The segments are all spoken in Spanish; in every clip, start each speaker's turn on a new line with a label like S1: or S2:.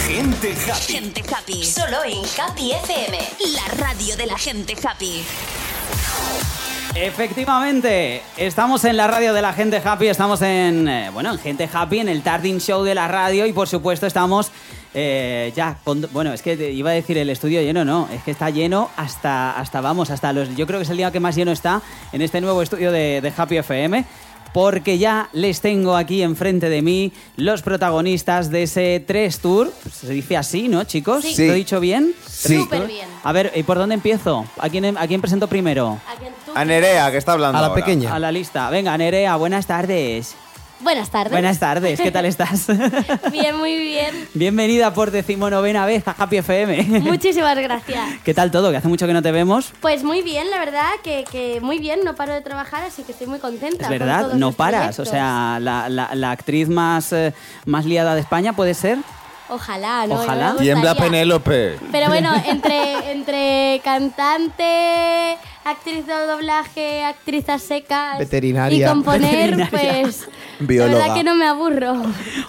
S1: Gente happy.
S2: Gente Happy. Solo en Happy FM. La radio de la gente happy.
S3: Efectivamente, estamos en la radio de la gente happy, estamos en, eh, bueno, en gente happy, en el Tardin Show de la radio y por supuesto estamos eh, ya, con- bueno, es que te iba a decir el estudio lleno, no, es que está lleno hasta, hasta vamos, hasta los, yo creo que es el día que más lleno está en este nuevo estudio de, de Happy FM. Porque ya les tengo aquí enfrente de mí los protagonistas de ese 3 Tour. Se dice así, ¿no, chicos?
S4: Sí. Sí.
S3: ¿Lo he dicho bien?
S4: Sí.
S5: Súper bien.
S3: A ver, ¿y por dónde empiezo? ¿A quién, ¿A quién presento primero?
S5: ¿A quién tú?
S4: A Nerea, que está hablando
S6: A la
S4: ahora.
S6: pequeña.
S3: A la lista. Venga, Nerea, buenas tardes.
S5: Buenas tardes.
S3: Buenas tardes, ¿qué tal estás?
S5: Bien, muy bien.
S3: Bienvenida por decimonovena vez a Happy FM.
S5: Muchísimas gracias.
S3: ¿Qué tal todo? Que hace mucho que no te vemos.
S5: Pues muy bien, la verdad, que, que muy bien, no paro de trabajar, así que estoy muy contenta.
S3: Es
S5: con
S3: verdad,
S5: todos
S3: no
S5: los
S3: paras. O
S5: proyectos.
S3: sea, la, la- la actriz más, eh, más liada de España puede ser.
S5: Ojalá, ¿no?
S3: Ojalá.
S5: No me
S4: Tiembla
S5: gustaría.
S4: Penélope.
S5: Pero bueno, entre, entre cantante, actriz de doblaje, actriz a seca
S6: Veterinaria.
S5: y componer,
S3: Veterinaria.
S5: pues
S4: Bióloga.
S5: la verdad que no me aburro.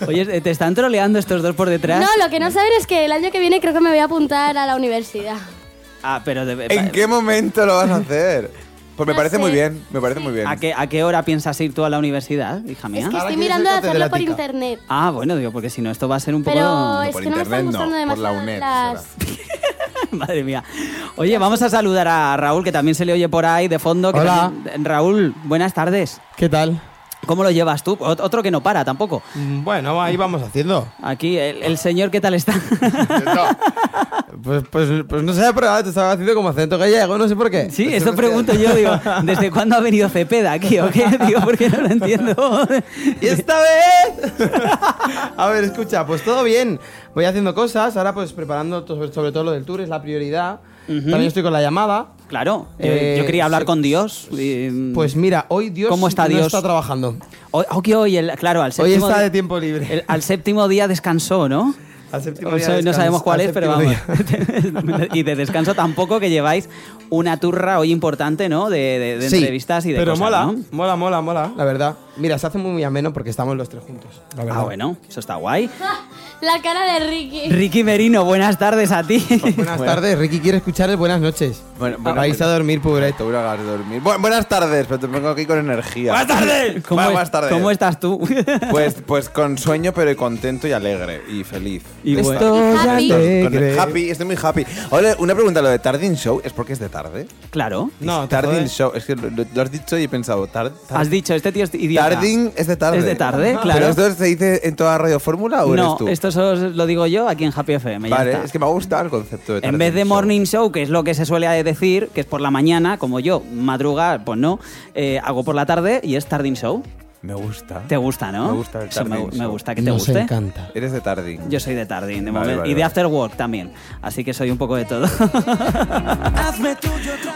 S3: Oye, eh, te están troleando estos dos por detrás.
S5: No, lo que no saben es que el año que viene creo que me voy a apuntar a la universidad.
S3: Ah, pero de-
S4: ¿En qué momento lo vas a hacer? Pues me
S5: No
S4: parece
S5: sé.
S4: muy bien, me parece muy bien.
S3: ¿A qué, a qué hora piensas ir tú a la universidad, hija mía?
S5: Es que
S6: Ahora
S5: estoy
S6: quieres
S5: mirando
S6: ser
S5: de hacerlo por
S6: catedrática.
S5: internet.
S3: Ah, bueno, digo, porque si no, esto va a ser un poco.
S5: Pero es
S4: por
S5: que no me
S4: internet,
S5: están gustando
S4: no, por la
S5: demasiado
S4: UNED
S5: las...
S3: Madre mía. Oye, vamos a saludar a Raúl, que también se le oye por ahí de fondo. que
S6: Hola.
S3: también- Raúl, buenas tardes.
S6: ¿Qué tal?
S3: ¿Cómo lo llevas tú? Ot- Otro que no para tampoco.
S6: Mm, Bueno, ahí vamos haciendo.
S3: Aquí, el, el señor, ¿qué tal está?
S6: Pues, pues, pues no sé, pero ah, te estaba haciendo como acento gallego, no sé por qué.
S3: Sí,
S6: Estoy
S3: eso
S6: mezclando.
S3: pregunto yo, digo, ¿desde cuándo ha venido Cepeda aquí o qué? Digo, porque no lo entiendo.
S6: ¡Y esta vez! a ver, escucha, pues todo bien. Voy haciendo cosas, ahora pues preparando to- sobre, todo lo del tour, es la prioridad. También estoy con la llamada.
S3: Claro, yo,
S6: Eh,
S3: yo quería hablar
S6: sí.
S3: con Dios. y, mm,
S6: Pues mira, hoy Dios
S3: ¿Cómo está
S6: no
S3: Dios?
S6: está trabajando.
S3: hoy, hoy- hoy, el- claro, al
S6: Hoy
S3: séptimo
S6: está
S3: di-
S6: de tiempo libre.
S3: el- al séptimo día descansó, ¿no?
S6: Al séptimo
S3: No
S6: día
S3: sé- no
S6: descanso,
S3: sabemos cuál
S6: al
S3: es, pero vamos.
S6: séptimo
S3: y de descanso tampoco, que lleváis una turra hoy importante, ¿no? De, de- de
S6: Sí,
S3: entrevistas y de
S7: Pero
S3: cosas,
S7: mola,
S3: ¿no?
S7: mola, mola, mola.
S6: La verdad, mira, se hace muy ameno porque estamos los tres juntos. La verdad.
S3: Ah, bueno, eso está guay.
S5: La cara de Ricky.
S3: Ricky Merino, buenas tardes a ti.
S6: Buenas tardes, Ricky quiere escuchar el buenas noches.
S4: Bueno, bueno,
S6: Vais
S4: bueno.
S6: a dormir,
S4: Te
S6: pobreto.
S4: voy a acabar de dormir. Bu- buenas tardes, pero te vengo aquí con energía.
S7: ¡Buenas tardes!
S3: ¿Cómo,
S4: Va,
S3: es-
S4: buenas tardes.
S3: ¿Cómo estás tú?
S4: Pues, pues con sueño, pero contento y alegre y feliz.
S3: Y
S4: Ya
S3: bueno.
S4: está.
S5: Estoy
S4: Con- con-
S6: alegre.
S4: happy, estoy muy happy. Ahora, una pregunta, lo de Tardin Show, ¿es porque es de tarde?
S3: claro.
S7: No, te
S4: Tardin
S7: jodes.
S4: Show, es que lo, lo- lo has dicho y he pensado, tar- tar-
S3: Has dicho, este tío es idiota.
S4: Tardin es de tarde.
S3: Es de tarde, claro.
S4: ¿Pero esto se dice en toda Radio Fórmula o
S3: no,
S4: eres tú?
S3: esto solo os lo digo yo aquí en Happy FM. ya
S4: Vale,
S3: está.
S4: es que me ha gustado el concepto de
S3: en
S4: Tardin
S3: vez de
S4: Show.
S3: morning show, que es lo que se suele decir, que es por la mañana, como yo, madrugar, pues no, eh, hago por la tarde y es tarding show.
S4: Me gusta.
S3: ¿Te gusta, no?
S4: Me gusta el
S3: Eso me, me
S4: tarding show.
S3: gusta que te
S6: Nos
S3: guste.
S6: encanta.
S4: Eres de Tardin.
S3: Yo soy de tarding, de
S4: Vale,
S3: momento.
S4: vale,
S3: y de
S4: vale.
S3: after work también. Así que soy un poco de todo.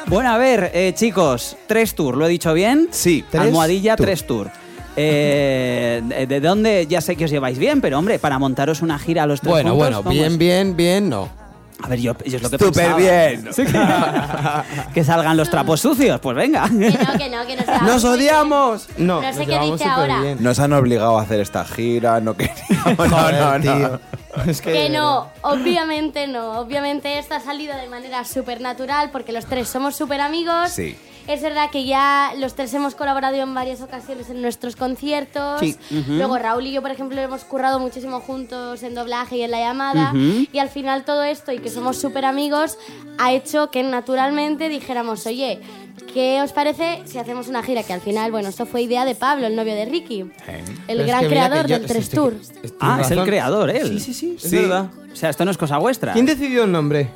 S3: bueno, a ver, eh, chicos, tres tour, ¿lo he dicho bien?
S4: Sí,
S6: Tres
S3: Almohadilla,
S6: tour.
S3: tres tour. Eh, de- ¿De dónde? Ya sé que os lleváis bien, pero hombre, para montaros una gira a los tres
S6: Bueno,
S3: juntos,
S6: bueno,
S3: ¿cómo es?
S6: bien, bien, bien, no.
S3: A ver, yo, yo es lo que
S4: Súper
S3: pensaba.
S4: bien.
S3: Sí, que, que salgan los trapos sucios, pues venga.
S5: Que no, que no, que nos llevamos
S6: ¡Nos
S5: muy bien.
S6: odiamos! No,
S5: No sé
S6: nos
S5: qué
S6: llevamos
S5: dice
S6: superbién.
S5: ahora.
S4: Nos han obligado a hacer esta gira, no queríamos. no, no,
S6: Joder,
S4: no.
S6: tío. Es que,
S5: Que no, obviamente no. Obviamente esta ha salido de manera súper natural porque los tres somos súper amigos.
S4: Sí.
S5: Es verdad que ya los tres hemos colaborado en varias ocasiones en nuestros conciertos.
S6: Sí.
S5: Luego Raúl y yo, por ejemplo, hemos currado muchísimo juntos en doblaje y en la llamada.
S3: Ujú.
S5: Y al final todo esto y que somos súper amigos ha hecho que naturalmente dijéramos, oye, ¿qué os parece si hacemos una gira? Que al final, bueno, esto fue idea de Pablo, el novio de Ricky. El
S6: Pero es
S5: gran
S6: que mira que
S5: creador
S6: yo-
S5: del
S6: sí,
S5: Tres
S6: sí,
S5: Tour.
S6: sí, tienes
S3: Ah, es el
S6: razón.
S3: creador, él.
S6: Sí, sí, sí. es
S4: Sí.
S6: verdad.
S3: O sea, esto no es cosa vuestra.
S6: ¿Quién decidió el nombre?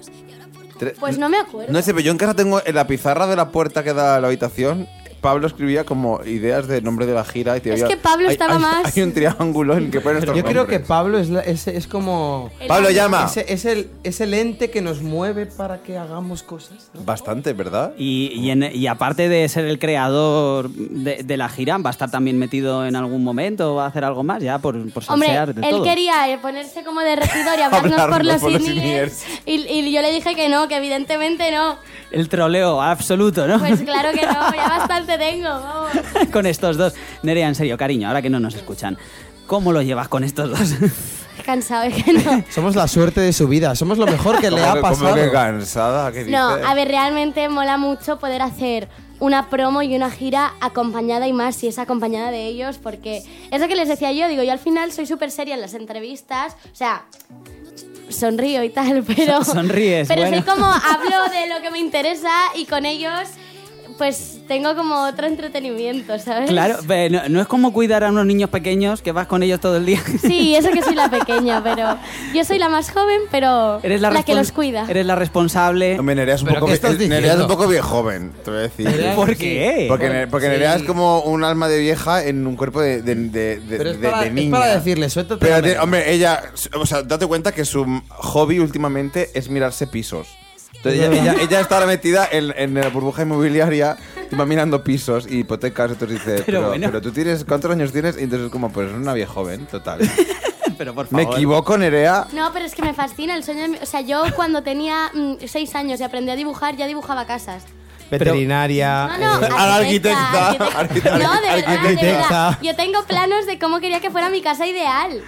S4: Tres-
S5: Pues no me acuerdo.
S4: No sé, pero yo en casa tengo en la pizarra de la puerta que da a la habitación. Pablo escribía como ideas de nombre de la gira. Y te
S5: Es
S4: había-
S5: que Pablo
S4: hay-
S5: estaba
S4: hay-
S5: más-
S4: Hay un triángulo en el que ponen
S6: Yo
S4: estos
S6: creo que
S4: nombres.
S6: Pablo es, la- es, es como...
S4: Pablo llama.
S6: Ese- es, el, es el ente que nos mueve para que hagamos cosas. ¿no?
S4: Bastante, ¿verdad?
S3: Y, y en- y aparte de ser el creador de, de la gira, ¿va a estar también metido en algún momento? ¿Va a hacer algo más? Ya, por, por
S5: Hombre,
S3: salsear de
S5: él
S3: todo.
S5: quería eh, ponerse como de regidor y hablarnos por
S4: Hablarnos
S5: los,
S4: por los
S5: iniers,
S4: iniers.
S5: Y, y yo le dije que no, que evidentemente no.
S3: El troleo absoluto, ¿no?
S5: Pues claro que no, ya bastante tengo, vamos.
S3: con estos dos. Nerea, en serio, cariño, ahora que no nos escuchan, ¿cómo lo llevas con estos dos?
S5: Pues Cansado, es que no.
S6: Somos la suerte de su vida, somos lo mejor que le
S4: Como
S6: ha
S4: que-
S6: pasado.
S4: Como que cansada, ¿qué
S5: No,
S4: dices?
S5: a ver, realmente mola mucho poder hacer una promo y una gira acompañada y más si es acompañada de ellos, porque es lo que les decía yo, digo, yo al final soy súper seria en las entrevistas, o sea, sonrío y tal, pero...
S3: Sonríes,
S5: Pero soy
S3: bueno.
S5: como, hablo de lo que me interesa y con ellos pues tengo como otro entretenimiento, ¿sabes?
S3: claro, pero no, no es como cuidar a unos niños pequeños que vas con ellos todo el día.
S5: Sí, eso que soy la pequeña, pero yo soy la más joven, pero
S3: Eres la,
S5: que
S3: respons-
S5: los cuida.
S3: Eres la responsable.
S4: Hombre, Nerea es un
S6: ¿Pero
S4: poco
S6: qué
S4: vie-
S6: estás
S4: Nerea es
S6: diciendo?
S4: un poco bien joven, te voy a decir.
S6: Nerea-
S3: ¿Por
S6: Sí.
S3: qué?
S4: Porque, ne- porque
S6: Sí.
S4: Nerea es como un alma de vieja en un cuerpo de, de, de- de-
S6: Pero es
S4: de-
S6: para-
S4: de
S6: es
S4: niña.
S6: para decirle, suéltate
S4: Pero
S6: la
S4: te-
S6: melena.
S4: hombre, ella. O sea, date cuenta que su hobby últimamente es mirarse pisos. Entonces ella, ella, ella está ahora metida en, en la burbuja inmobiliaria y va mirando pisos y hipotecas. Entonces dice, pero,
S3: bueno.
S4: pero tú tienes, ¿cuántos años tienes? Y entonces es como, pues es una vieja joven, total.
S3: pero por
S4: ¿Me
S3: favor.
S4: equivoco, Nerea?
S5: No, pero es que me fascina el sueño. de mi- O sea, yo cuando tenía mm, seis años y aprendí a dibujar, ya dibujaba casas.
S6: Veterinaria.
S5: No, no,
S6: eh,
S4: Ahora arquitecta,
S5: arquitecta. No, de verdad, de
S6: arquitecta.
S5: verdad. Yo tengo planos de cómo quería que fuera mi casa ideal.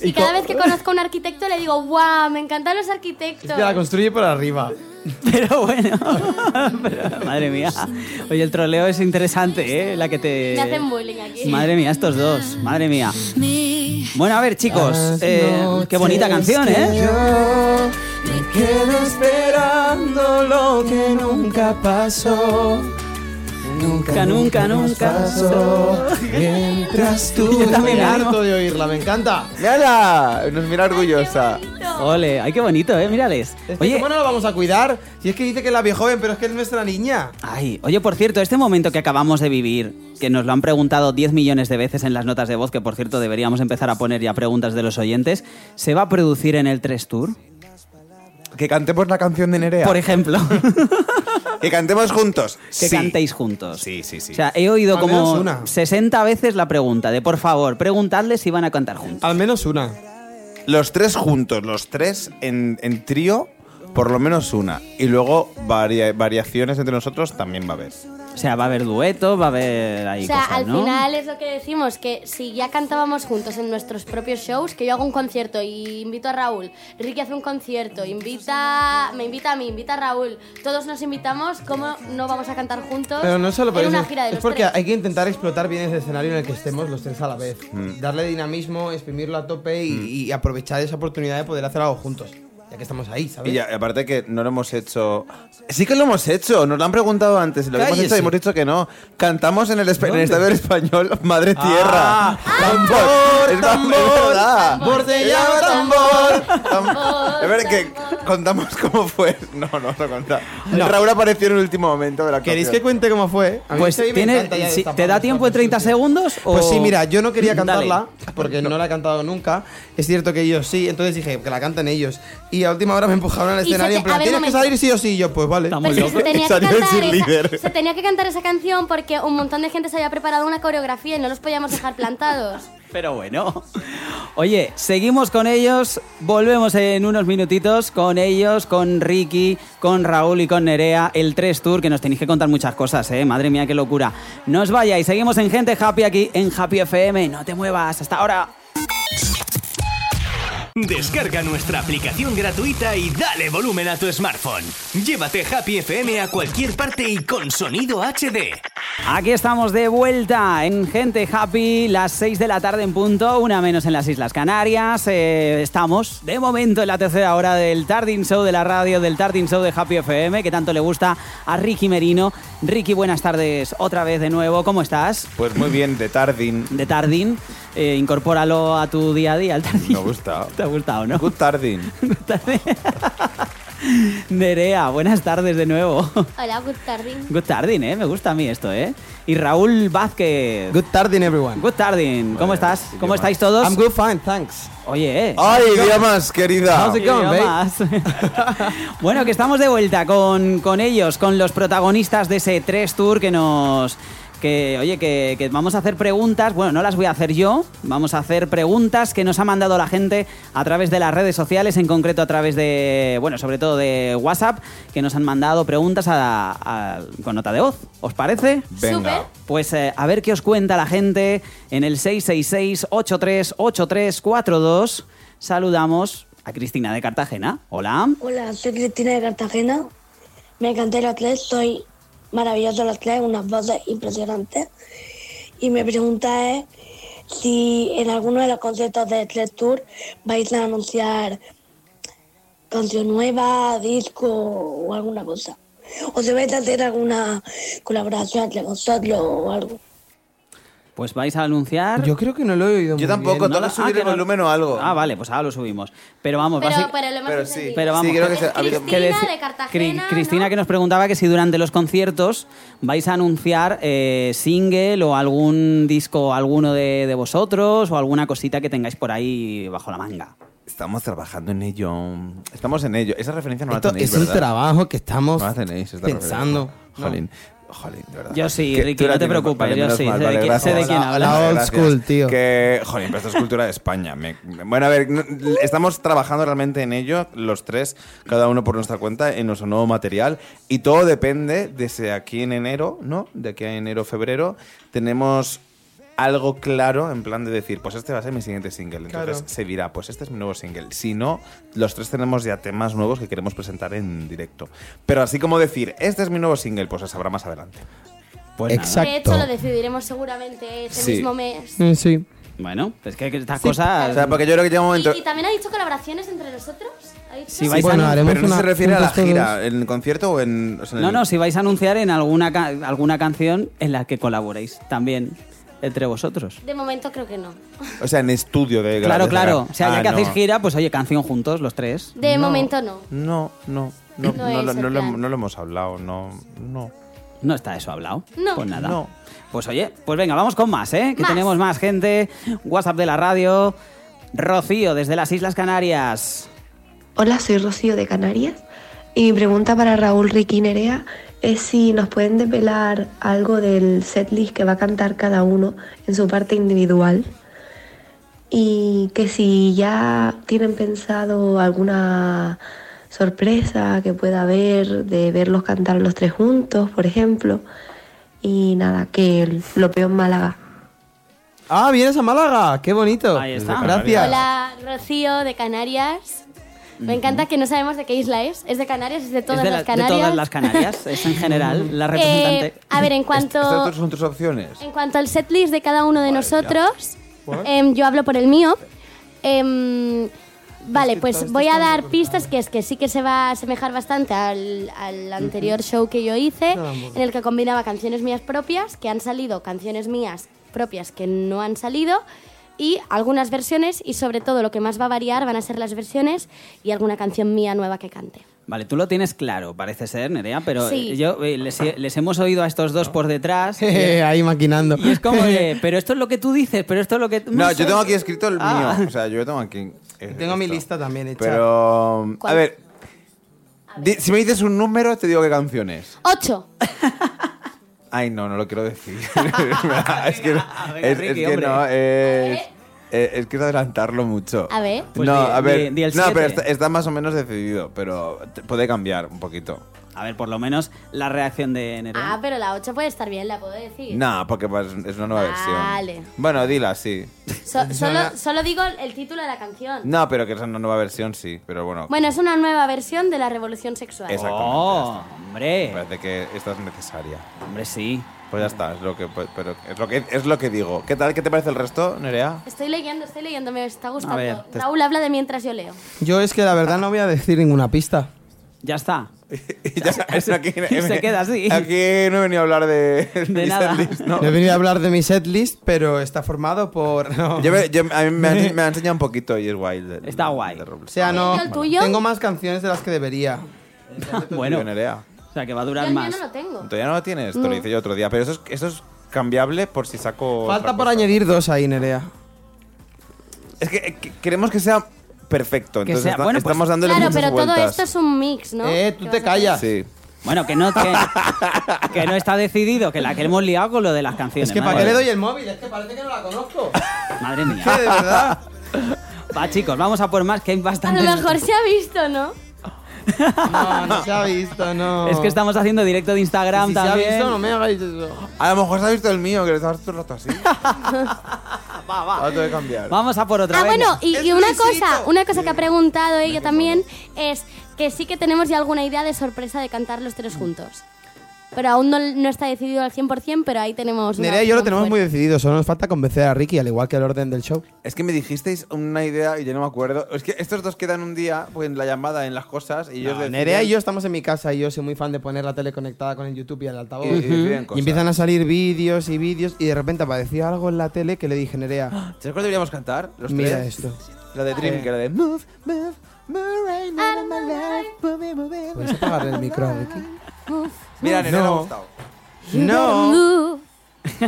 S5: Y,
S3: Y
S5: cada
S3: co-
S5: vez que conozco a un arquitecto le digo, wow, me encantan
S6: es
S5: los
S6: que la
S5: arquitectos.
S6: construye por arriba.
S3: Pero bueno. Pero, madre mía. Oye, el troleo es interesante, ¿eh? La que te.
S5: Me hacen bullying aquí.
S3: Madre mía, estos dos. Madre mía. Bueno, a ver, chicos. eh, qué bonita canción, ¿eh?
S6: me quedo esperando lo que nunca pasó.
S3: Nunca, nunca, nunca. pasó.
S6: Mientras tú.
S3: Yo también la amo.
S6: harto de oírla, me encanta.
S4: ¡Mírala! Nos mira orgullosa.
S3: Ole, ay, qué bonito, ¿eh? Mírales.
S6: Es que,
S3: Oye,
S6: ¿Cómo no la vamos a cuidar? Si es que dice que es la vieja joven, pero es que es nuestra niña.
S3: Ay, oye, por cierto, este momento que acabamos de vivir, que nos lo han preguntado 10 millones de veces en las notas de voz, que por cierto deberíamos empezar a poner ya preguntas de los oyentes, ¿se va a producir en el 3 Tour?
S4: Que cantemos la canción de Nerea.
S3: Por ejemplo,
S4: Que cantemos juntos.
S3: que
S4: Sí.
S3: cantéis juntos.
S4: Sí, sí, sí.
S3: O sea, he oído
S6: Al
S3: como
S6: Ah, menos una.
S3: 60 veces la pregunta de por favor, preguntadles si van a cantar juntos.
S6: Al menos una.
S4: Los tres juntos, los tres en, en trío, por lo menos una. Y luego varia- variaciones entre nosotros también va a haber.
S3: O sea, va a haber dueto, va a haber ahí
S5: O sea,
S3: cosas,
S5: al
S3: ¿no?
S5: final es lo que decimos, que si ya cantábamos juntos en nuestros propios shows, que yo hago un concierto y invito a Raúl, Ricky hace un concierto, invita, me invita a mí, invita a Raúl, todos nos invitamos, ¿cómo no vamos a cantar juntos
S6: Pero no solo por
S5: en
S6: eso.
S5: una gira de
S6: es
S5: los
S6: porque
S5: tres?
S6: hay que intentar explotar bien ese escenario en el que estemos los tres a la vez.
S4: Mm.
S6: Darle dinamismo, exprimirlo a tope y, y aprovechar esa oportunidad de poder hacer algo juntos. Ya que estamos ahí, ¿sabes?
S4: Y ya, aparte que no lo hemos hecho. Sí que lo hemos hecho, nos lo han preguntado antes. Lo hemos
S6: Cállese.
S4: hecho y hemos dicho que no. Cantamos en el, espa- en el
S6: ¿Dónde?
S4: estadio del español Madre Tierra.
S6: Ah,
S4: ¡Tambor! es
S6: tambor,
S4: verdad.
S6: bordellado,
S4: tambor! tambor. A ver, que contamos cómo fue. No, no vamos a contar.
S6: No.
S4: Raúl apareció en el último momento de la
S6: ¿Queréis
S4: actuación.
S6: que cuente cómo fue? A mí
S3: Pues
S6: este me
S3: tiene-
S6: encanta ya
S3: si-
S6: destapar
S3: ¿te da
S6: los
S3: tiempo en 30
S6: papeles sucios.
S3: segundos?
S6: Pues
S3: o-
S6: sí, mira, yo no quería
S3: Dale.
S6: cantarla porque no la he cantado nunca. Es cierto que ellos sí, entonces dije que la canten ellos. Y a última hora me empujaron al
S5: Y se
S6: escenario.
S5: te-
S6: en plan,
S5: a ver, un
S6: Tienes que
S5: momento.
S6: salir sí o sí. Y yo, pues vale.
S3: Estamos- muy
S5: Pero es
S3: loco.
S5: que se, tenía que
S4: Salió el
S5: cantar esa,
S4: cheerleader.
S5: se tenía que cantar esa canción porque un montón de gente se había preparado una coreografía y no los podíamos dejar plantados.
S3: Pero bueno. Oye, seguimos con ellos. Volvemos en unos minutitos con ellos, con Ricky, con Raúl y con Nerea. El 3 Tour, que nos tenéis que contar muchas cosas, ¿eh? Madre mía, qué locura. No os vayáis. Seguimos en Gente Happy aquí en Happy FM. No te muevas. Hasta ahora.
S1: Descarga nuestra aplicación gratuita y dale volumen a tu smartphone. Llévate Happy FM a cualquier parte y con sonido HD.
S3: Aquí estamos de vuelta en Gente Happy, las 6 de la tarde en punto, una menos en las Islas Canarias. Eh, estamos de momento en la tercera hora del Tardin Show de la radio, del Tardin Show de Happy FM, que tanto le gusta a Ricky Merino. Ricky, buenas tardes otra vez de nuevo, ¿cómo estás?
S4: Pues muy bien, de Tardin.
S3: De Tardin, eh, incorpóralo a tu día a día, el Tardin.
S4: Me ha gustado.
S3: ¿Te ha gustado, no?
S4: Good Tardin.
S3: Nerea, buenas tardes de nuevo.
S5: Hola, good tarding.
S3: Good tarding, ¿eh? Me gusta a mí esto, ¿eh? Y Raúl Vázquez.
S6: Good tarding, everyone.
S3: Good tarding. ¿Cómo estás?
S4: idioma.
S3: ¿Cómo estáis todos?
S6: I'm good, fine, thanks.
S3: Oye, eh.
S4: ¡Ay, idiomas, querida!
S6: How's it going, babe?
S3: Idiomas. bueno, que estamos de vuelta con, con ellos, con los protagonistas de ese 3 Tour que nos... Que, oye, que, que vamos a hacer preguntas, bueno, no las voy a hacer yo, vamos a hacer preguntas que nos ha mandado la gente a través de las redes sociales, en concreto a través de, bueno, sobre todo de WhatsApp, que nos han mandado preguntas a- a- con nota de voz, ¿os parece?
S4: Venga.
S3: Pues eh, a ver qué os cuenta la gente en el 666-838342. Saludamos a Cristina de Cartagena. Hola.
S7: Hola, soy Cristina de Cartagena. Me encanta el atlet, soy maravilloso el atlet, unas voces impresionantes. Y mi pregunta es si en alguno de los conciertos de Atlet Tour vais a anunciar canción nueva, disco o alguna cosa. O si vais a hacer alguna colaboración entre vosotros o algo.
S3: Pues vais a anunciar. Ah,
S6: Yo creo que no lo he oído muy
S4: Yo tampoco,
S6: bien, ¿no?
S4: toca subir
S3: que
S4: el
S3: no-
S4: volumen o algo.
S3: Ah, vale, pues ahora lo subimos. Pero vamos,
S5: Pero,
S3: basi-
S5: pero lo hemos
S4: Pero sí.
S5: entendido.
S3: Pero vamos.
S4: Sí, creo que se-
S5: Es
S4: ha habido-
S3: ¿qué
S5: Cristina
S3: deci-
S5: de Cartagena,
S3: Cri- Cristina
S5: ¿no?
S3: que nos preguntaba que si durante los conciertos vais a anunciar eh, single o algún disco, alguno de, de vosotros o alguna cosita que tengáis por ahí bajo la manga.
S4: Estamos trabajando en ello. Estamos en ello. Esa referencia no
S6: Esto
S4: la tenéis,
S6: es un
S4: ¿verdad?
S6: trabajo que estamos
S4: No la Ah, tenéis, esta
S6: pensando.
S4: referencia. Jolín, jolín, de verdad.
S3: Yo sí,
S4: Que
S3: Ricky,
S4: tú
S3: no
S4: la
S3: te
S4: tienes-
S3: preocupes,
S4: vale,
S3: yo
S4: menos
S3: sí,
S4: mal,
S3: sé de
S4: vale,
S3: quién-
S4: gracias.
S3: sé de quién
S4: Hola,
S3: hablas.
S4: hola,
S6: La old
S4: gracias.
S6: school, tío.
S4: Que, eh, jolín, pero esto es cultura de España. Me- bueno, a ver, no- estamos trabajando realmente en ello, los tres, cada uno por nuestra cuenta, en nuestro nuevo material. Y todo depende desde aquí en enero, ¿no? De aquí a enero, febrero, tenemos algo claro en plan de decir, pues este va a ser mi siguiente single. Entonces
S6: Claro.
S4: se dirá, pues este es mi nuevo single. Si no, los tres tenemos ya temas nuevos que queremos presentar en directo. Pero así como decir, este es mi nuevo single, pues se sabrá más adelante.
S3: Pues nada.
S5: De hecho, lo decidiremos seguramente ese
S4: Sí.
S5: mismo mes.
S6: Mm, sí.
S3: Bueno, es que que estas cosas.
S4: O sea, porque yo creo que llega un
S5: Y,
S4: momento...
S5: y también ha dicho colaboraciones entre nosotros. ¿Ha dicho?
S3: Si vais
S6: Bueno,
S3: a
S6: haremos
S4: Pero no
S6: una-
S4: se refiere a la
S6: juntos todos.
S4: gira, en el concierto o en... o sea, en
S3: No,
S4: el-
S3: no, si vais a anunciar en alguna, ca- alguna canción en la que colaboréis también entre vosotros.
S5: De momento creo que no.
S4: O sea, en estudio de...
S3: Claro,
S4: de-
S3: claro. O sea, ya
S4: Ah,
S3: que
S4: no.
S3: hacéis gira, pues oye, canción juntos, los tres.
S5: De momento no.
S4: No, no. No,
S5: No
S4: no,
S5: es
S4: lo,
S5: el
S4: no lo-
S5: plan.
S4: no lo hemos hablado, no, no.
S3: No está eso hablado.
S5: No.
S3: Pues nada.
S4: No.
S3: Pues oye, pues venga, vamos con más, ¿eh? Que
S5: Más.
S3: tenemos más gente. WhatsApp de la radio. Rocío, desde las Islas Canarias.
S8: Hola, soy Rocío de Canarias y mi pregunta para Raúl Ricky Nerea es si nos pueden depelar algo del setlist que va a cantar cada uno en su parte individual y que si ya tienen pensado alguna sorpresa que pueda haber de verlos cantar los tres juntos, por ejemplo, y nada, que lo peor en Málaga.
S6: Ah, vienes a Málaga. Qué bonito.
S3: Ahí está.
S6: Ah, Gracias.
S5: Hola, Rocío de Canarias. Me encanta que no sabemos de qué isla es. Es de Canarias, es de todas
S3: Es de, la-
S5: las
S3: de
S5: Canarias.
S3: todas las Canarias. es en general la
S5: Eh,
S3: representante.
S5: a ver, en cuanto.
S4: Estas son tus opciones.
S5: En cuanto al setlist de cada uno de nosotros, em, yo hablo por el mío. Em, vale, pues voy a dar pistas que es que sí que se va a asemejar bastante al, al anterior show que yo hice, en el que combinaba canciones mías propias, que han salido, canciones mías propias que no han salido, y algunas versiones, y sobre todo lo que más va a variar van a ser las versiones y alguna canción mía nueva que cante.
S3: Vale, tú lo tienes claro, parece ser, Nerea, pero
S5: Sí.
S3: eh, yo eh, les, les hemos oído a estos dos por detrás. y
S4: Eh,
S6: Jeje, Ahí maquinando.
S3: es como de, pero esto es lo que tú dices, pero esto es lo que...
S4: No, yo tengo aquí escrito el
S3: Ah.
S4: mío. O sea, yo tengo aquí. eh,
S6: Tengo mi
S4: esto.
S6: lista también hecha.
S4: Pero. A
S5: ¿Cuál?
S4: ver. di- si me dices un número, te digo qué canciones.
S5: ¡Ocho!
S4: Ay, no, no lo quiero decir. es que,
S3: Venga,
S4: es, es
S3: Ricky,
S4: que
S3: hombre.
S4: no, es, eh, es que es adelantarlo mucho.
S5: A ver.
S3: Pues
S4: no,
S3: di-
S4: a ver.
S3: di- di el
S4: no, pero
S3: siete.
S4: está, está más o menos decidido, pero te- puede cambiar un poquito.
S3: A ver, por lo menos la reacción de E. Nerea.
S5: Ah, pero la ocho puede estar bien, la puedo decir.
S4: No, porque pues, es una nueva
S5: Vale.
S4: versión. Bueno, dila, sí.
S5: So- solo, solo digo el título de la canción.
S4: No, pero que es una nueva versión, sí. Pero bueno,
S5: Bueno, es una nueva versión de la revolución sexual.
S4: Esa.
S3: oh, hombre.
S4: parece que esta es necesaria.
S3: Hombre, sí.
S4: Pues ya está, es lo que, pues, pero es lo que, es lo que digo. ¿Qué tal? ¿Qué te parece el resto, Nerea?
S5: Estoy leyendo, estoy leyendo, me está gustando.
S3: A ver,
S5: Raúl habla de mientras yo leo.
S6: Yo es que la verdad no voy a decir ninguna pista.
S3: Ya está.
S4: Y ya, eso aquí-
S3: se queda así.
S4: Aquí no he venido a hablar de, mi
S3: nada.
S4: setlist, ¿no?
S6: No he venido a hablar de mi setlist, pero está formado por...
S4: Yo me- yo- a mí me, han, me han enseñado un poquito y es guay. de-
S3: Está guay.
S4: de Robles.
S6: O sea, no...
S5: ¿Y el tuyo?
S6: Tengo más canciones de las que debería.
S3: bueno,
S4: Yo, Nerea.
S3: o sea que va a
S5: Yo
S3: durar
S5: el mío
S3: más.
S5: no lo tengo.
S4: Ah, Todavía no lo tienes, te lo hice yo otro día. Pero eso es, eso es cambiable por si saco. otra
S6: Falta por
S4: cosa.
S6: añadir dos ahí, Nerea.
S4: Es que, eh, que- queremos que sea perfecto.
S3: Que
S4: Entonces
S3: sea-
S4: está-
S3: bueno, pues-
S4: estamos dándole
S5: Claro,
S4: muchas
S5: pero
S4: vueltas.
S5: todo esto es un mix, ¿no?
S6: Eh, tú
S5: ¿Qué
S6: te
S5: vas a hacer?
S6: callas.
S4: Sí.
S3: Bueno, que no, que, que no está decidido, que la que hemos liado con lo de las canciones.
S6: Es que ¿para
S3: madre,
S6: qué le doy el móvil? Es que parece que no la conozco.
S3: madre
S6: Que de
S3: mía.
S6: verdad.
S3: Va, chicos, vamos a por más, que hay
S5: A
S3: bastante.
S5: lo mejor se ha visto, ¿no?
S6: No, Ah, no se ha visto, no.
S3: Es que estamos haciendo directo de Instagram
S6: si
S3: también.
S6: se ha visto, no me hagáis eso.
S4: A lo mejor se ha visto el mío, que le estabas todo el rato así. va, va. Ahora tengo que cambiar.
S3: Vamos a por otra
S5: Ah,
S3: vez.
S5: bueno, y,
S6: Es
S5: y una
S6: Luisito.
S5: cosa, una cosa que ha preguntado ella también es que sí que tenemos ya alguna idea de sorpresa de cantar los tres juntos. Pero aún no, no está decidido al 100%, pero ahí
S3: Pues
S5: tenemos... una
S6: Nerea y yo lo
S5: opción
S6: tenemos muy
S5: fuerte.
S6: decidido, solo nos falta convencer a Ricky, al igual que el orden del show.
S4: Es que me dijisteis una idea y yo no me acuerdo. Es que estos dos quedan un día pues, en la llamada, en las cosas, y ellos
S6: No,
S4: deciden-
S6: Nerea y yo estamos en mi casa y yo soy muy fan de poner la tele conectada con el YouTube y el altavoz.
S4: Y- y deciden
S6: Y
S4: cosas.
S6: empiezan a salir vídeos y vídeos y de repente aparecía algo en la tele que le dije, Nerea,
S4: ¿Sabes cuál deberíamos cantar? Los
S6: mira
S4: tres.
S6: esto.
S4: La de Dream, que era de Move, Move, Move right now in my life, move, move, move.
S6: ¿Puedes apagarle el micro a Ricky?
S4: Mira, Nerea le ha
S6: No.
S4: gustado.
S6: No.
S5: Move. No,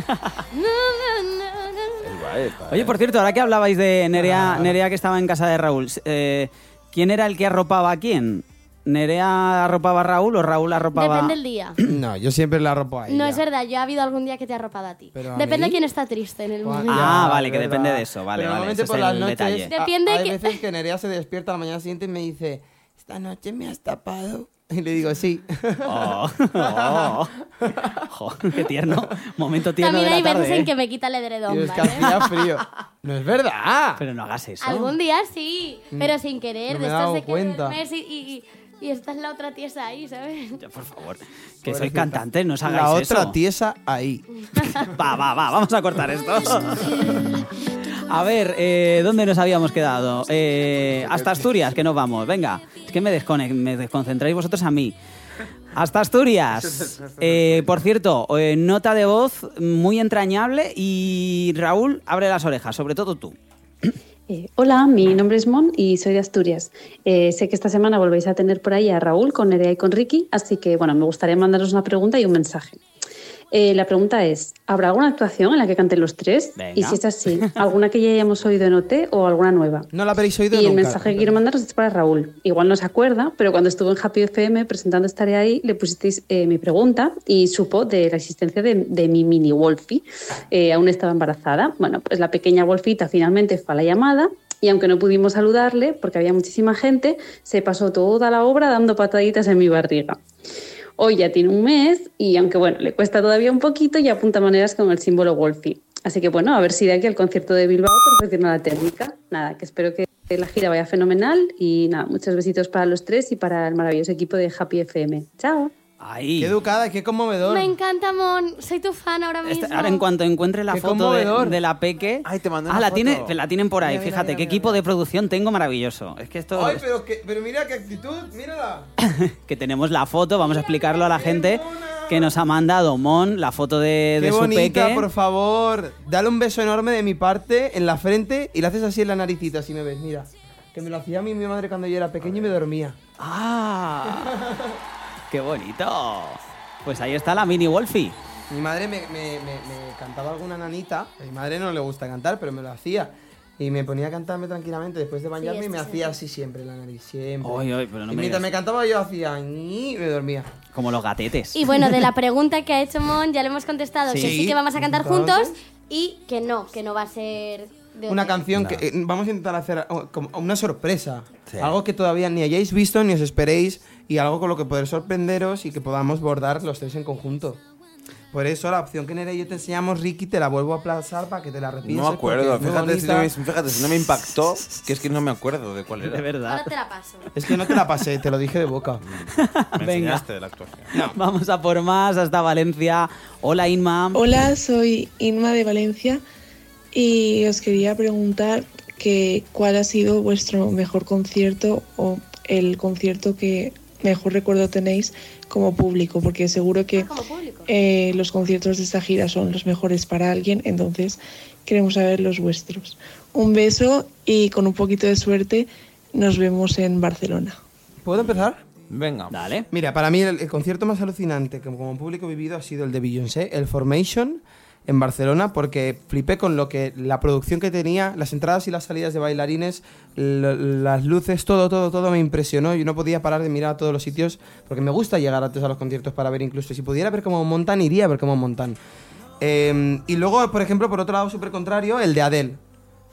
S5: no, no, no.
S4: Es guay, está,
S3: Oye,
S4: eh.
S3: por cierto, ahora que hablabais de Nerea, Nerea que estaba en casa de Raúl, eh, ¿quién era el que arropaba a quién? ¿Nerea arropaba a Raúl o Raúl arropaba
S5: Depende el día.
S6: No, yo siempre la ropo a ella.
S5: No es verdad, yo ha habido algún día que te ha arropado a ti.
S6: Pero a
S5: Depende
S6: mí-
S5: de quién está triste en el
S6: Juan-
S5: momento.
S3: Ah,
S6: Ya,
S3: vale,
S6: es
S3: que depende
S6: verdad.
S3: de eso, vale,
S6: Pero
S3: vale,
S6: Normalmente
S3: ese
S6: por
S3: es
S6: las
S3: el
S6: noches.
S3: detalle.
S6: a-
S5: Depende
S6: hay
S5: que-
S6: veces que Nerea se despierta a la mañana siguiente y me dice, esta noche me has tapado. Y le
S3: Pues
S6: digo, sí.
S3: Oh, oh. Jo, qué tierno. Momento tierno
S5: También
S3: de la
S5: hay
S3: tarde.
S5: veces en
S3: ¿eh?
S5: que me quita el
S6: Y
S5: edredón,
S6: es que
S5: ¿vale?
S6: hacía frío. No es verdad.
S3: Pero no hagas eso.
S5: Algún día sí, pero sin querer,
S6: Mm. No me
S5: de
S6: he
S5: estas
S6: dado
S5: de que
S6: cuenta.
S5: duermes y, y, y- y estás la otra tiesa ahí, ¿sabes?
S3: Ya, Por favor, que sois cantantes, no os hagáis
S6: la otra
S3: eso.
S6: tiesa ahí.
S3: Va, va, va, Ah, vamos a cortar esto. A ver, eh, ¿dónde nos habíamos quedado? Eh, hasta Asturias, que nos vamos. Venga, es que me, descone- me desconcentráis vosotros a mí. Hasta Asturias. Eh, por cierto, eh, nota de voz muy entrañable y Raúl, abre las orejas, sobre todo tú.
S9: Eh, hola, mi nombre es Mon y soy de Asturias. Eh, sé que esta semana volvéis a tener por ahí a Raúl con Nerea y con Ricky, así que bueno, me gustaría mandaros una pregunta y un mensaje. Eh, la pregunta es, ¿habrá alguna actuación en la que canten los tres?
S3: Venga.
S9: Y si es así, ¿alguna que ya hayamos oído en OT o alguna nueva?
S6: No la habréis oído
S9: y
S6: nunca.
S9: el mensaje que quiero mandaros es para Raúl. Igual no se acuerda, pero cuando estuvo en Happy FM presentando Estaré ahí, le pusisteis eh, mi pregunta y supo de la existencia de, de mi mini Wolfie. Eh, aún estaba embarazada. Bueno, pues la pequeña Wolfita finalmente fue a la llamada. Y aunque no pudimos saludarle, porque había muchísima gente, se pasó toda la obra dando pataditas en mi barriga. Hoy ya tiene un mes y aunque bueno, le cuesta todavía un poquito, ya apunta maneras con el símbolo Wolfie. Así que bueno, a ver si de aquí al concierto de Bilbao perfecciona la técnica. Nada, que espero que la gira vaya fenomenal y nada, muchos besitos para los tres y para el maravilloso equipo de Happy FM. Chao.
S3: Ahí.
S6: Qué educada, qué conmovedor.
S5: Me encanta, Mon. Soy tu fan ahora mismo.
S6: Este,
S3: Esta- ahora en cuanto encuentre la
S6: Qué
S3: foto de,
S6: conmovedor.
S3: de la peque...
S4: Ay, te mandé
S3: ah,
S4: una
S3: la,
S4: foto.
S3: Tiene, la tienen por ahí,
S6: Mira, mira,
S3: fíjate,
S6: mira,
S3: qué
S6: mira,
S3: equipo
S6: mira.
S3: de producción tengo maravilloso. Es que esto...
S6: Ay, pero, que- pero mira qué actitud, mírala.
S3: que tenemos la foto, vamos a explicarlo a la gente que nos ha mandado Mon, la foto de, de
S6: qué
S3: su
S6: bonita,
S3: peque.
S6: por favor. Dale un beso enorme de mi parte en la frente y le haces así en la naricita, si me ves, mira. Que me lo hacía a mí mi madre cuando yo era pequeño y me dormía.
S3: ¡Ah! ¡Qué bonito! Pues ahí está la mini Wolfie.
S6: Mi madre me, me- me- me cantaba alguna nanita. A mi madre no le gusta cantar, pero me lo hacía. Y me ponía a cantarme tranquilamente después de bañarme y
S5: este
S6: me
S5: es el
S6: hacía así siempre la nariz, siempre.
S3: Ay, ay, pero no
S6: y
S3: me digas.
S6: mientras me cantaba yo hacía ñi, y me dormía.
S3: Como los gatetes.
S5: Y bueno, de la pregunta que ha hecho Mon, ya le hemos contestado que
S3: Sí.
S5: sí que vamos a cantar
S6: Entonces-
S5: juntos y que no, que no va a ser... de
S6: Una
S5: otra.
S6: canción que eh, vamos a intentar hacer oh, como una sorpresa. Algo que todavía ni hayáis visto ni os esperéis y algo con lo que poder sorprenderos y que podamos bordar los tres en conjunto. Por eso la opción que Nere y yo te enseñamos, Ricky, te la vuelvo a aplazar para que te la repienses.
S4: No me acuerdo,
S6: porque es muy
S4: fíjate si, no
S6: bonita.
S4: me, fíjate si no me impactó, que es que no me acuerdo de cuál era.
S3: De verdad.
S5: Ahora te la paso.
S6: Es que no te la pasé, te lo dije de boca.
S4: Me
S3: Venga.
S4: enseñaste de la actuación.
S3: Vamos a por más hasta Valencia. Hola Inma.
S8: Hola, soy Inma de Valencia y os quería preguntar que cuál ha sido vuestro mejor concierto o el concierto que
S10: mejor recuerdo tenéis como público, porque seguro que eh, los conciertos de esta gira son los mejores para alguien, entonces queremos saber los vuestros. Un beso y con un poquito de suerte nos vemos en Barcelona.
S6: ¿Puedo empezar?
S4: Venga.
S3: Dale.
S6: Mira, para mí el, el concierto más alucinante que como público he vivido ha sido el de Beyoncé, el Formation en Barcelona, porque flipé con lo que la producción que tenía, las entradas y las salidas de bailarines, lo- las luces, todo, todo, todo me impresionó. Yo no podía parar de mirar a todos los sitios, porque me gusta llegar antes a los conciertos para ver incluso. Si pudiera ver cómo montan, iría a ver cómo montan. Eh, y luego, por ejemplo, por otro lado, súper contrario, el de Adele.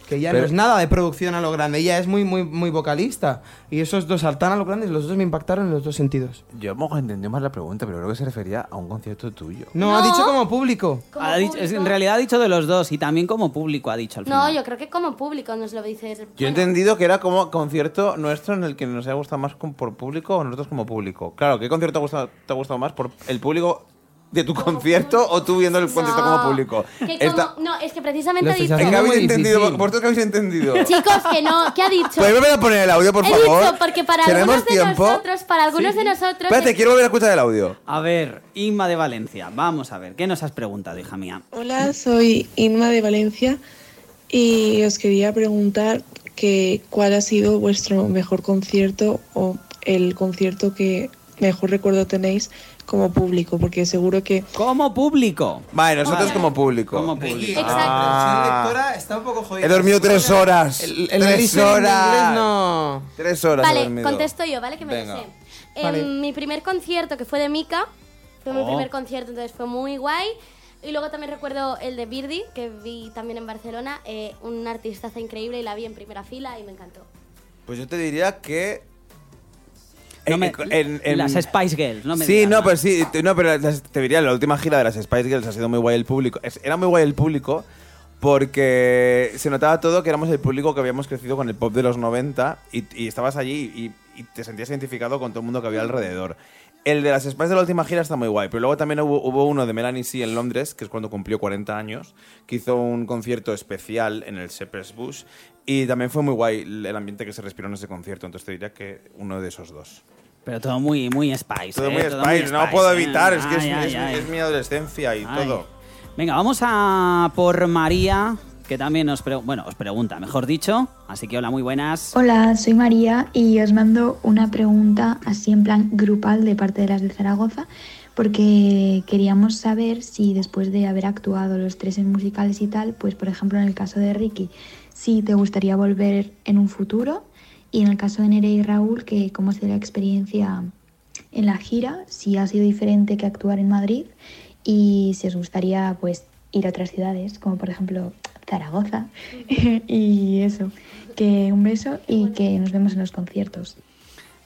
S6: Que ya
S4: Pero-
S6: no es nada de producción a lo grande, ella es muy, muy, muy vocalista. Y esos dos saltan a lo grande, los dos me impactaron en los dos sentidos.
S4: Yo mojo entendió más la pregunta, pero creo que se refería a un concierto tuyo.
S6: No, ha dicho como público.
S3: Ha dicho- es- en realidad ha dicho de los dos y también como público ha dicho al
S5: No,
S3: final.
S5: yo creo que como público nos lo dices.
S4: Yo he entendido que era como concierto nuestro en el que nos haya gustado más con- por público o nosotros como público. Claro, ¿qué concierto te ha gustado, te ha gustado más? ¿Por el público de tu concierto o tú viendo el concierto como público?
S5: Que
S4: Esta-
S5: como- No, es que precisamente ha
S6: Lo estoy
S5: dicho.
S4: ¿En qué
S6: haciendo
S4: habéis
S6: muy difícil.
S4: entendido? ¿Vosotros qué habéis entendido?
S5: Chicos, que no, ¿qué ha dicho?
S4: ¿Puedes volver Pues a poner el audio, por
S5: He
S4: favor?
S5: dicho, porque para
S4: ¿Tenemos
S5: algunos de
S4: tiempo?
S5: nosotros, para algunos de nosotros.
S4: Espérate, quiero volver a escuchar el audio.
S3: A ver, Inma de Valencia, vamos a ver, ¿qué nos has preguntado, hija mía?
S10: Hola, soy Inma de Valencia y os quería preguntar que cuál ha sido vuestro mejor concierto o el concierto que mejor recuerdo tenéis como público, porque seguro que
S3: Como público.
S4: Vale, nosotros como público.
S3: Como público.
S5: Exacto.
S4: Ah.
S6: La lectora está un poco jodida.
S4: He dormido tres horas.
S6: El, el
S4: tres
S6: listening de
S4: horas.
S6: inglés no.
S4: Tres horas. he
S5: Vale,
S4: dormido.
S5: contesto yo, ¿vale? Que me
S4: Venga.
S5: lo sé. Eh,
S6: Vale.
S5: Mi primer concierto, que fue de Mika, fue
S4: Oh.
S5: mi primer concierto, entonces fue muy guay. Y luego también recuerdo el de Birdi, que vi también en Barcelona, eh, un artistaza increíble y la vi en primera fila y me encantó.
S4: Pues yo te diría que.
S3: No
S4: Eh,
S3: me-
S4: eh, en- en-
S3: Las Spice Girls, no me
S4: sí,
S3: digas
S4: no,
S3: nada.
S4: pero sí, te, no, pero las- te diría, la última gira de las Spice Girls ha sido muy guay el público. Es- era muy guay el público porque se notaba todo que éramos el público que habíamos crecido con el pop de los 90 y, y estabas allí y, y te sentías identificado con todo el mundo que había alrededor. El de las Spice de la última gira está muy guay, pero luego también hubo, hubo uno de Melanie C en Londres, que es cuando cumplió 40 años, que hizo un concierto especial en el Shepherd's Bush y también fue muy guay el ambiente que se respiró en ese concierto, entonces te diría que uno de esos dos.
S3: Pero todo muy, muy Spice.
S4: Todo
S3: ¿eh?
S4: muy Spice, no puedo
S3: ¿eh?
S4: evitar, es que es,
S3: Ay, ay,
S4: es-
S3: ay.
S4: es mi adolescencia y
S3: Ay.
S4: todo.
S3: Venga, vamos a por María, que también nos pre- bueno, os pregunta, mejor dicho. Así que hola, muy buenas.
S11: Hola, soy María y os mando una pregunta así en plan grupal de parte de las de Zaragoza, porque queríamos saber si después de haber actuado los tres en musicales y tal, pues por ejemplo en el caso de Ricky, si te gustaría volver en un futuro y en el caso de Nerea y Raúl, que cómo ha sido la experiencia en la gira, si ha sido diferente que actuar en Madrid y si os gustaría pues ir a otras ciudades, como por ejemplo Zaragoza y eso. Que un beso y que nos vemos en los conciertos.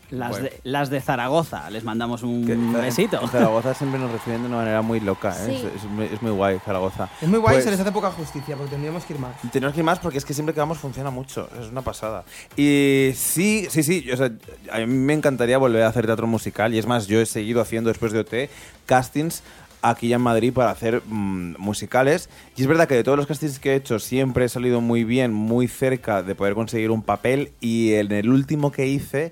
S3: Las,
S4: Bueno.
S3: de, las de Zaragoza, les mandamos un
S4: Que-
S3: besito.
S4: en Zaragoza siempre nos reciben de una manera muy loca, ¿eh?
S5: Sí.
S4: es, es muy, es muy guay Zaragoza.
S6: Es muy guay,
S4: Pues-
S6: se les hace poca justicia porque tendríamos que ir más.
S4: Tenemos que ir más porque es que siempre que vamos funciona mucho, es una pasada. Y sí, sí, sí, o sea, a mí me encantaría volver a hacer teatro musical y es más, yo he seguido haciendo después de OT castings aquí ya en Madrid para hacer mm, musicales y es verdad que de todos los castings que he hecho siempre he salido muy bien, muy cerca de poder conseguir un papel y en el último que hice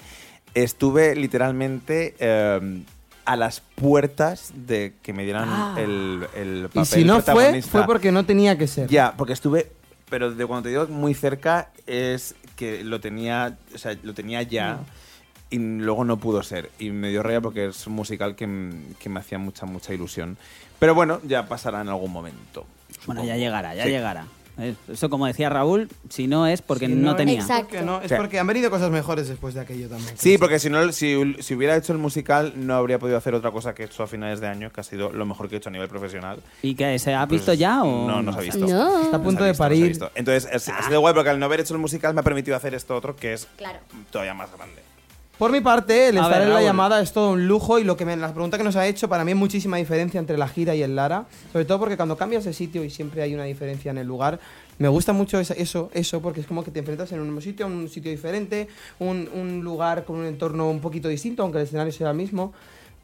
S4: estuve literalmente... eh, a las puertas de que me dieran el, el papel.
S6: Ah. Y si no fue,
S4: protagonista.
S6: fue porque no tenía que ser.
S4: Ya, porque estuve, pero de cuando te digo muy cerca es que lo tenía, o sea, lo tenía ya
S3: Mm.
S4: y luego no pudo ser. Y me dio rabia porque es un musical que, m- que me hacía mucha, mucha ilusión. Pero bueno, ya pasará en algún momento.
S3: Bueno,
S4: supongo.
S3: ya llegará, ya
S4: Sí.
S3: llegará. Eh, Eso como decía Raúl, si no es porque
S6: Si
S3: no,
S6: es
S3: tenía.
S5: Exacto.
S6: porque no, es
S4: Sí.
S6: porque han venido cosas mejores después de aquello también.
S4: Sí, porque si no, si, si hubiera hecho el musical, no habría podido hacer otra cosa que he hecho a finales de año, que ha sido lo mejor que he hecho a nivel profesional.
S3: ¿Y qué? ¿Se ha
S4: Pues,
S3: visto ya o
S4: No, no se ha visto.
S5: No.
S6: Está a
S4: No
S6: punto
S4: se ha visto, no
S6: de
S4: se ha
S6: parir.
S4: visto. Entonces, es-
S6: Ah.
S4: ha sido guay porque al no haber hecho el musical me ha permitido hacer esto otro que es
S5: Claro.
S4: todavía más grande.
S6: Por mi parte, el
S3: A
S6: estar
S3: ver,
S6: en la
S3: Raúl.
S6: llamada es todo un lujo y lo que me, la pregunta que nos ha hecho para mí es muchísima diferencia entre la gira y el Lara, sobre todo porque cuando cambias de sitio y siempre hay una diferencia en el lugar, me gusta mucho esa- eso, eso porque es como que te enfrentas en un mismo sitio, a un sitio diferente, un, un lugar con un entorno un poquito distinto, aunque el escenario sea el mismo,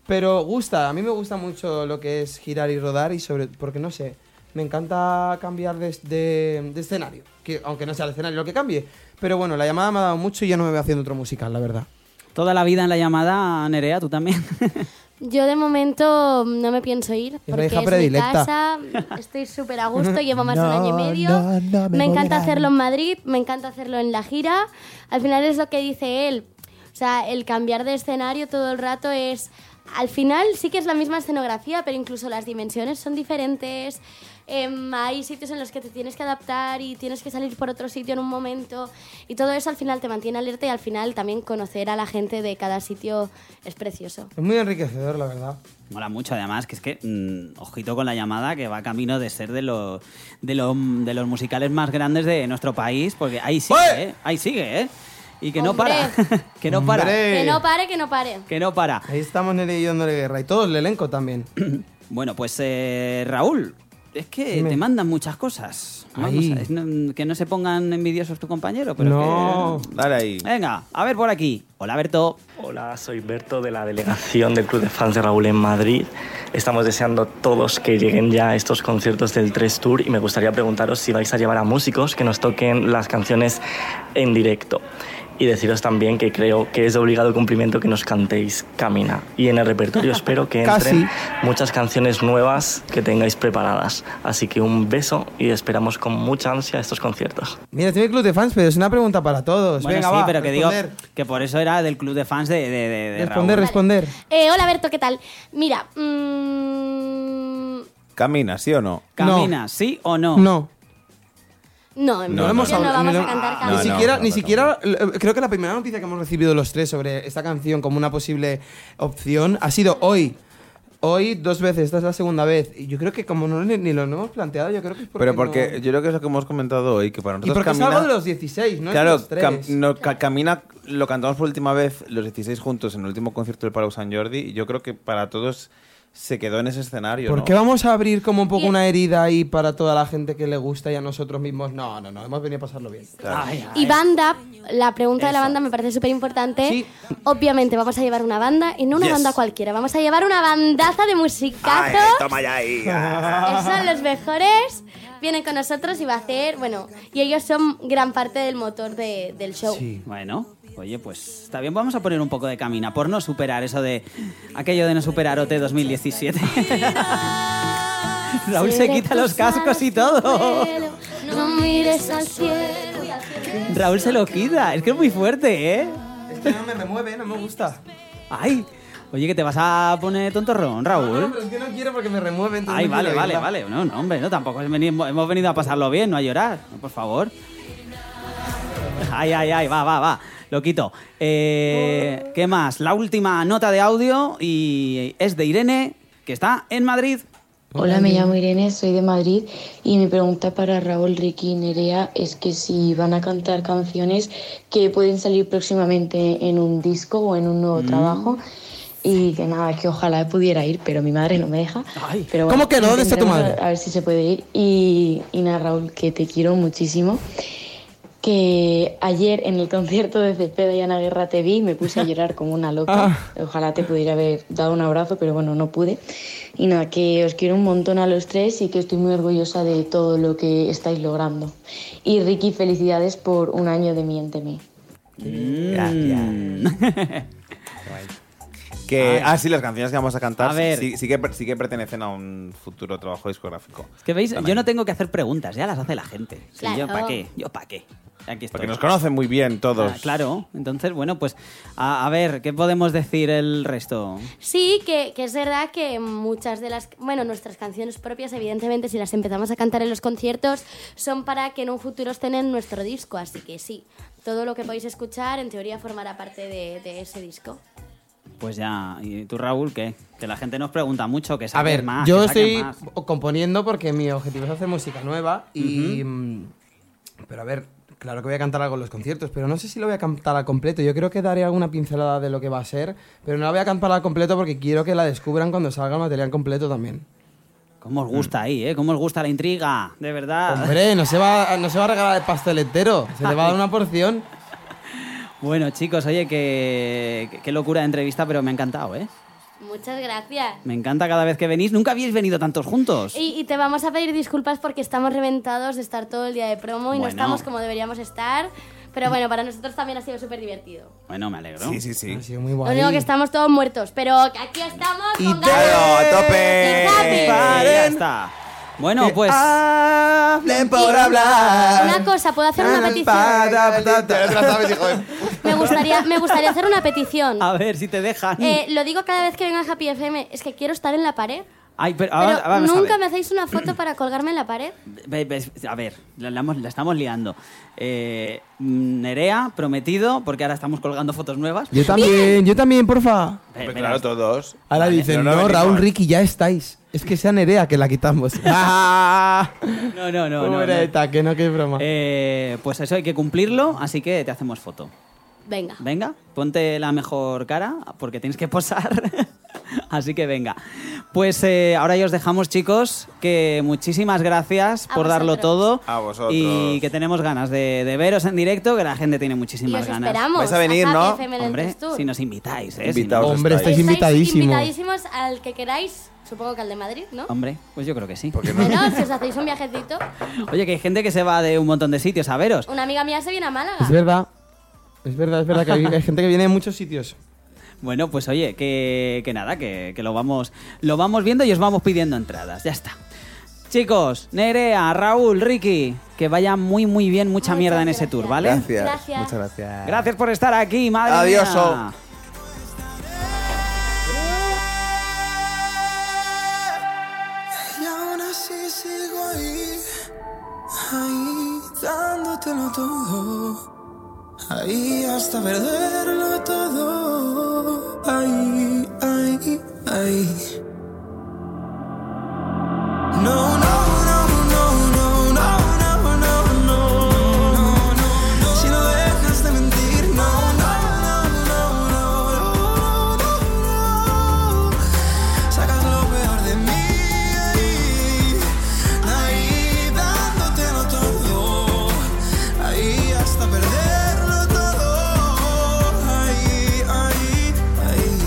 S6: pero gusta, a mí me gusta mucho lo que es girar y rodar y sobre, porque no sé, me encanta cambiar de, de- de escenario, que, aunque no sea el escenario lo que cambie, pero bueno, la llamada me ha dado mucho y ya no me veo haciendo otro musical, la verdad.
S3: Toda la vida en la llamada, Nerea, tú también.
S5: Yo de momento no me pienso ir
S3: la
S5: porque
S3: hija
S5: es
S3: predilecta.
S5: mi casa, estoy súper a gusto, llevo más de un año y
S12: No,
S5: medio.
S12: no, no, me
S5: me encanta
S12: moverán.
S5: hacerlo en Madrid, me encanta hacerlo en la gira. Al final es lo que dice él, o sea, el cambiar de escenario todo el rato es... Al final sí que es la misma escenografía, pero incluso las dimensiones son diferentes. Em, hay sitios en los que te tienes que adaptar y tienes que salir por otro sitio en un momento. Y todo eso al final te mantiene alerta y al final también conocer a la gente de cada sitio es precioso.
S6: Es muy enriquecedor, la verdad.
S3: Mola mucho, además, que es que, mm, ojito con la llamada, que va camino de ser de, los de, lo- de los musicales más grandes de nuestro país, porque ahí sigue, ¿eh? Ahí sigue, ¿eh? Y que no para, que no para,
S5: Que no pare, que no pare.
S3: que no para.
S6: Ahí estamos Nere y yo dándole guerra. Y todo el elenco también.
S3: Bueno, pues eh, Raúl, es que
S6: Dime.
S3: te mandan muchas cosas. Vamos
S6: Ahí.
S3: a- es no- que no se pongan envidiosos tu compañero, pero es
S6: No.
S3: que-
S4: Dale ahí.
S3: Venga, a ver por aquí. Hola, Berto.
S13: Hola, soy Berto de la delegación del Club de Fans de Raúl en Madrid. Estamos deseando todos que lleguen ya a estos conciertos del 3 Tour y me gustaría preguntaros si vais a llevar a músicos que nos toquen las canciones en directo. Y deciros también que creo que es de obligado cumplimiento que nos cantéis Camina. Y en el repertorio espero que entren muchas canciones nuevas que tengáis preparadas. Así que un beso y esperamos con mucha ansia estos conciertos.
S6: Mira, tiene club de fans, pero es una pregunta para todos.
S3: Bueno,
S6: Venga,
S3: sí,
S6: va,
S3: pero que
S6: responder.
S3: digo que por eso era del club de fans de, de, de- de
S6: Responder,
S3: Raúl.
S6: responder.
S5: Eh, hola, Berto, ¿qué tal? Mira, mm,
S4: Camina, ¿sí o no?
S3: ¿Camina, sí o no?
S6: No.
S5: no, en
S4: No,
S5: principio
S4: hemos
S5: no,
S4: hablado-
S5: vamos
S4: no,
S5: a cantar
S4: no,
S5: canciones.
S6: Ni siquiera,
S4: no,
S6: ni
S4: no,
S6: siquiera eh, creo que la primera noticia que hemos recibido los tres sobre esta canción como una posible opción ha sido hoy. Hoy dos veces, esta es la segunda vez. Y yo creo que como no ni, ni lo hemos planteado, yo creo que es porque
S4: Pero porque
S6: no-
S4: yo creo que es lo que hemos comentado hoy, que para
S6: Y
S4: nosotros
S6: porque es
S4: camina...
S6: algo de los 16, ¿no? Es de
S4: claro,
S6: los tres.
S4: cam- no, ca- Camina lo cantamos por última vez los 16 juntos en el último concierto del Palau San Jordi y yo creo que para todos se quedó en ese escenario,
S6: ¿Por
S4: ¿no?
S6: qué vamos a abrir como un poco una herida ahí para toda la gente que le gusta y a nosotros mismos? No, no, no, hemos venido a pasarlo bien.
S5: Y banda, la pregunta de la banda me parece súper importante. Obviamente vamos a llevar una banda y no una
S6: Yes.
S5: banda cualquiera, vamos a llevar una bandaza de musicazo.
S4: toma ya eh. ahí.
S5: Esos son los mejores. Vienen con nosotros y va a hacer, bueno, y ellos son gran parte del motor de- del show.
S3: Bueno, oye, pues está bien. Vamos a poner un poco de camina por no superar eso de aquello de no superar OT 2017. Raúl se
S5: Seré
S3: quita
S5: tu
S3: los cascos y todo.
S5: Pero No mires al cielo.
S3: Raúl se lo quita. Es que es muy fuerte, ¿eh?
S6: Es que no me remueve, no me gusta.
S3: Ay, oye, que te vas a poner tontorrón, Raúl.
S6: No, pero es que no quiero porque me remueve. entonces
S3: Ay,
S6: no
S3: vale,
S6: quiero
S3: vale,
S6: oírla.
S3: vale. No, no, hombre, no, tampoco hemos venido, hemos venido a pasarlo bien, no a llorar, No, por favor. Ay, ay, ay, va, va, va. Lo quito. Eh, ¿Qué más? La última nota de audio y es de Irene, que está en Madrid.
S12: Hola, me llamo Irene, soy de Madrid y mi pregunta para Raúl, Ricky y Nerea es que si van a cantar canciones que pueden salir próximamente en un disco o en un
S6: Mm.
S12: nuevo trabajo y que nada, que ojalá pudiera ir, pero mi madre no me deja. pero
S6: ¿Cómo que no? ¿Dónde está tu
S12: intentaremos
S6: madre?
S12: A, a ver si se puede ir y, y nada, Raúl, que te quiero muchísimo. Que ayer en el concierto de Cepeda y Ana Guerra te vi y me puse a llorar como una loca. Ojalá te pudiera haber dado un abrazo, pero bueno, no pude. Y nada, que os quiero un montón a los tres y que estoy muy orgullosa de todo lo que estáis logrando. Y Ricky, felicidades por un año de Miénteme.
S3: Gracias.
S4: Que,
S3: Ay.
S4: ah, sí, las canciones que vamos a cantar
S3: A ver.
S4: Sí, sí que, per- sí que pertenecen a un futuro trabajo discográfico.
S3: Es que veis,
S4: Están
S3: yo
S4: ahí.
S3: no tengo que hacer preguntas, ya las hace la gente. Sí,
S4: Claro.
S3: ¿Yo para qué? ¿Yo para qué? Aquí estoy.
S4: Porque nos conocen muy bien todos.
S3: Ah, claro, entonces, bueno, pues a, a ver, ¿qué podemos decir el resto?
S5: Sí, que, que es verdad que muchas de las, bueno, nuestras canciones propias, evidentemente, si las empezamos a cantar en los conciertos, son para que en un futuro estén en nuestro disco, así que sí, todo lo que podéis escuchar en teoría formará parte de, de ese disco.
S3: Pues ya, ¿y tú, Raúl, qué? Que la gente nos pregunta mucho, que
S6: A
S3: saquen
S6: ver,
S3: más.
S6: yo
S3: que saquen
S6: estoy
S3: más.
S6: componiendo porque mi objetivo es hacer música nueva y... mm, Pero a ver, claro que voy a cantar algo en los conciertos, pero no sé si lo voy a cantar al completo. Yo creo que daré alguna pincelada de lo que va a ser, pero no la voy a cantar al completo porque quiero que la descubran cuando salga el material completo también.
S3: ¿Cómo os gusta ahí, eh? ¿Cómo os gusta la intriga? De verdad.
S6: Hombre, no se va, no se va a regalar el pastel entero, se le va a dar una porción.
S3: Bueno, chicos, oye, qué, qué locura de entrevista, pero me ha encantado, ¿eh?
S5: Muchas gracias.
S3: Me encanta cada vez que venís. Nunca habéis venido tantos juntos.
S5: Y, y te vamos a pedir disculpas porque estamos reventados de estar todo el día de promo y
S3: Bueno.
S5: no estamos como deberíamos estar, Pero bueno, para nosotros también ha sido súper divertido.
S3: Bueno, me alegro.
S4: Sí, sí, sí.
S6: Ha sido muy
S5: Lo único que estamos todos muertos, pero que aquí estamos con ganas.
S4: ¡A tope!
S5: Happy.
S3: Ya está.
S6: Eh,
S3: Bueno, pues.
S6: ah,
S4: Hablen por
S5: Una cosa, ¿puedo hacer
S6: ah,
S5: una petición? Me gustaría, me gustaría hacer una petición.
S3: A ver si te dejan.
S5: Eh, lo digo cada vez que venga Happy FM, es que quiero estar en la pared.
S3: Ay, pero,
S5: Pero
S3: ahora- Ah, vamos a ver.
S5: nunca me hacéis una foto para colgarme en la pared.
S3: Ve- ve- A ver, la, la hemos- la estamos liando. Eh, Nerea, prometido, porque ahora estamos colgando fotos nuevas.
S6: Yo también, yo también, porfa.
S3: Ve-
S4: Hombre,
S3: ve-
S4: claro, todos.
S6: Ahora dicen, no, Raúl, Ricky, ya estáis. Es que sea Nerea que la quitamos. Ah,
S3: No, no, no. no, no.
S6: Pobreta, que no, que es broma.
S3: Eh, pues eso hay que cumplirlo, así que te hacemos foto.
S5: Venga.
S3: Venga, ponte la mejor cara porque tienes que posar. Así que venga. Pues eh, ahora ya os dejamos, chicos, que muchísimas gracias por darlo todo.
S4: A vosotros.
S3: Y que tenemos ganas de, de veros en directo, que la gente tiene muchísimas
S5: Y os
S3: ganas.
S5: esperamos Vais a venir, a ¿no? Happy FM del
S3: Hombre,
S5: Trestur.
S3: si nos invitáis, ¿eh? Si
S4: Invitaos
S3: no-
S6: Hombre, estáis
S5: Estáis
S6: invitadísimos.
S5: invitadísimos al que queráis, supongo que al de Madrid, ¿no?
S3: Hombre, pues yo creo que sí.
S5: Bueno, si os hacéis un viajecito.
S3: Oye, que hay gente que se va de un montón de sitios a veros.
S5: Una amiga mía se viene a Málaga.
S6: Es verdad. Es verdad, es verdad que hay, hay gente que viene de muchos sitios.
S3: Bueno, pues oye, que, que nada, que, que lo, vamos, lo vamos viendo y os vamos pidiendo entradas. Ya está. Chicos, Nerea, Raúl, Ricky, que vaya muy, muy bien, mucha mierda en ese tour, ¿vale?
S4: Gracias.
S5: Gracias.
S4: Muchas gracias.
S3: Gracias por estar aquí, madre
S4: Adiós,
S3: mía.
S14: Y aún así sigo ahí, ahí dándotelo todo, ahí hasta perderlo todo, ahí, ahí, ahí. No, no, no, no, no, no, no, no, no, no, si no dejas de mentir, no, no, no, no, no, no, no, no, sacas lo peor de mí. ahí, Ahí dándotelo todo, ahí hasta perderlo todo, ahí, ahí, ahí.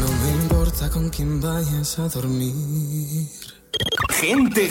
S14: No me importa con quién vayas a dormir.
S1: Gente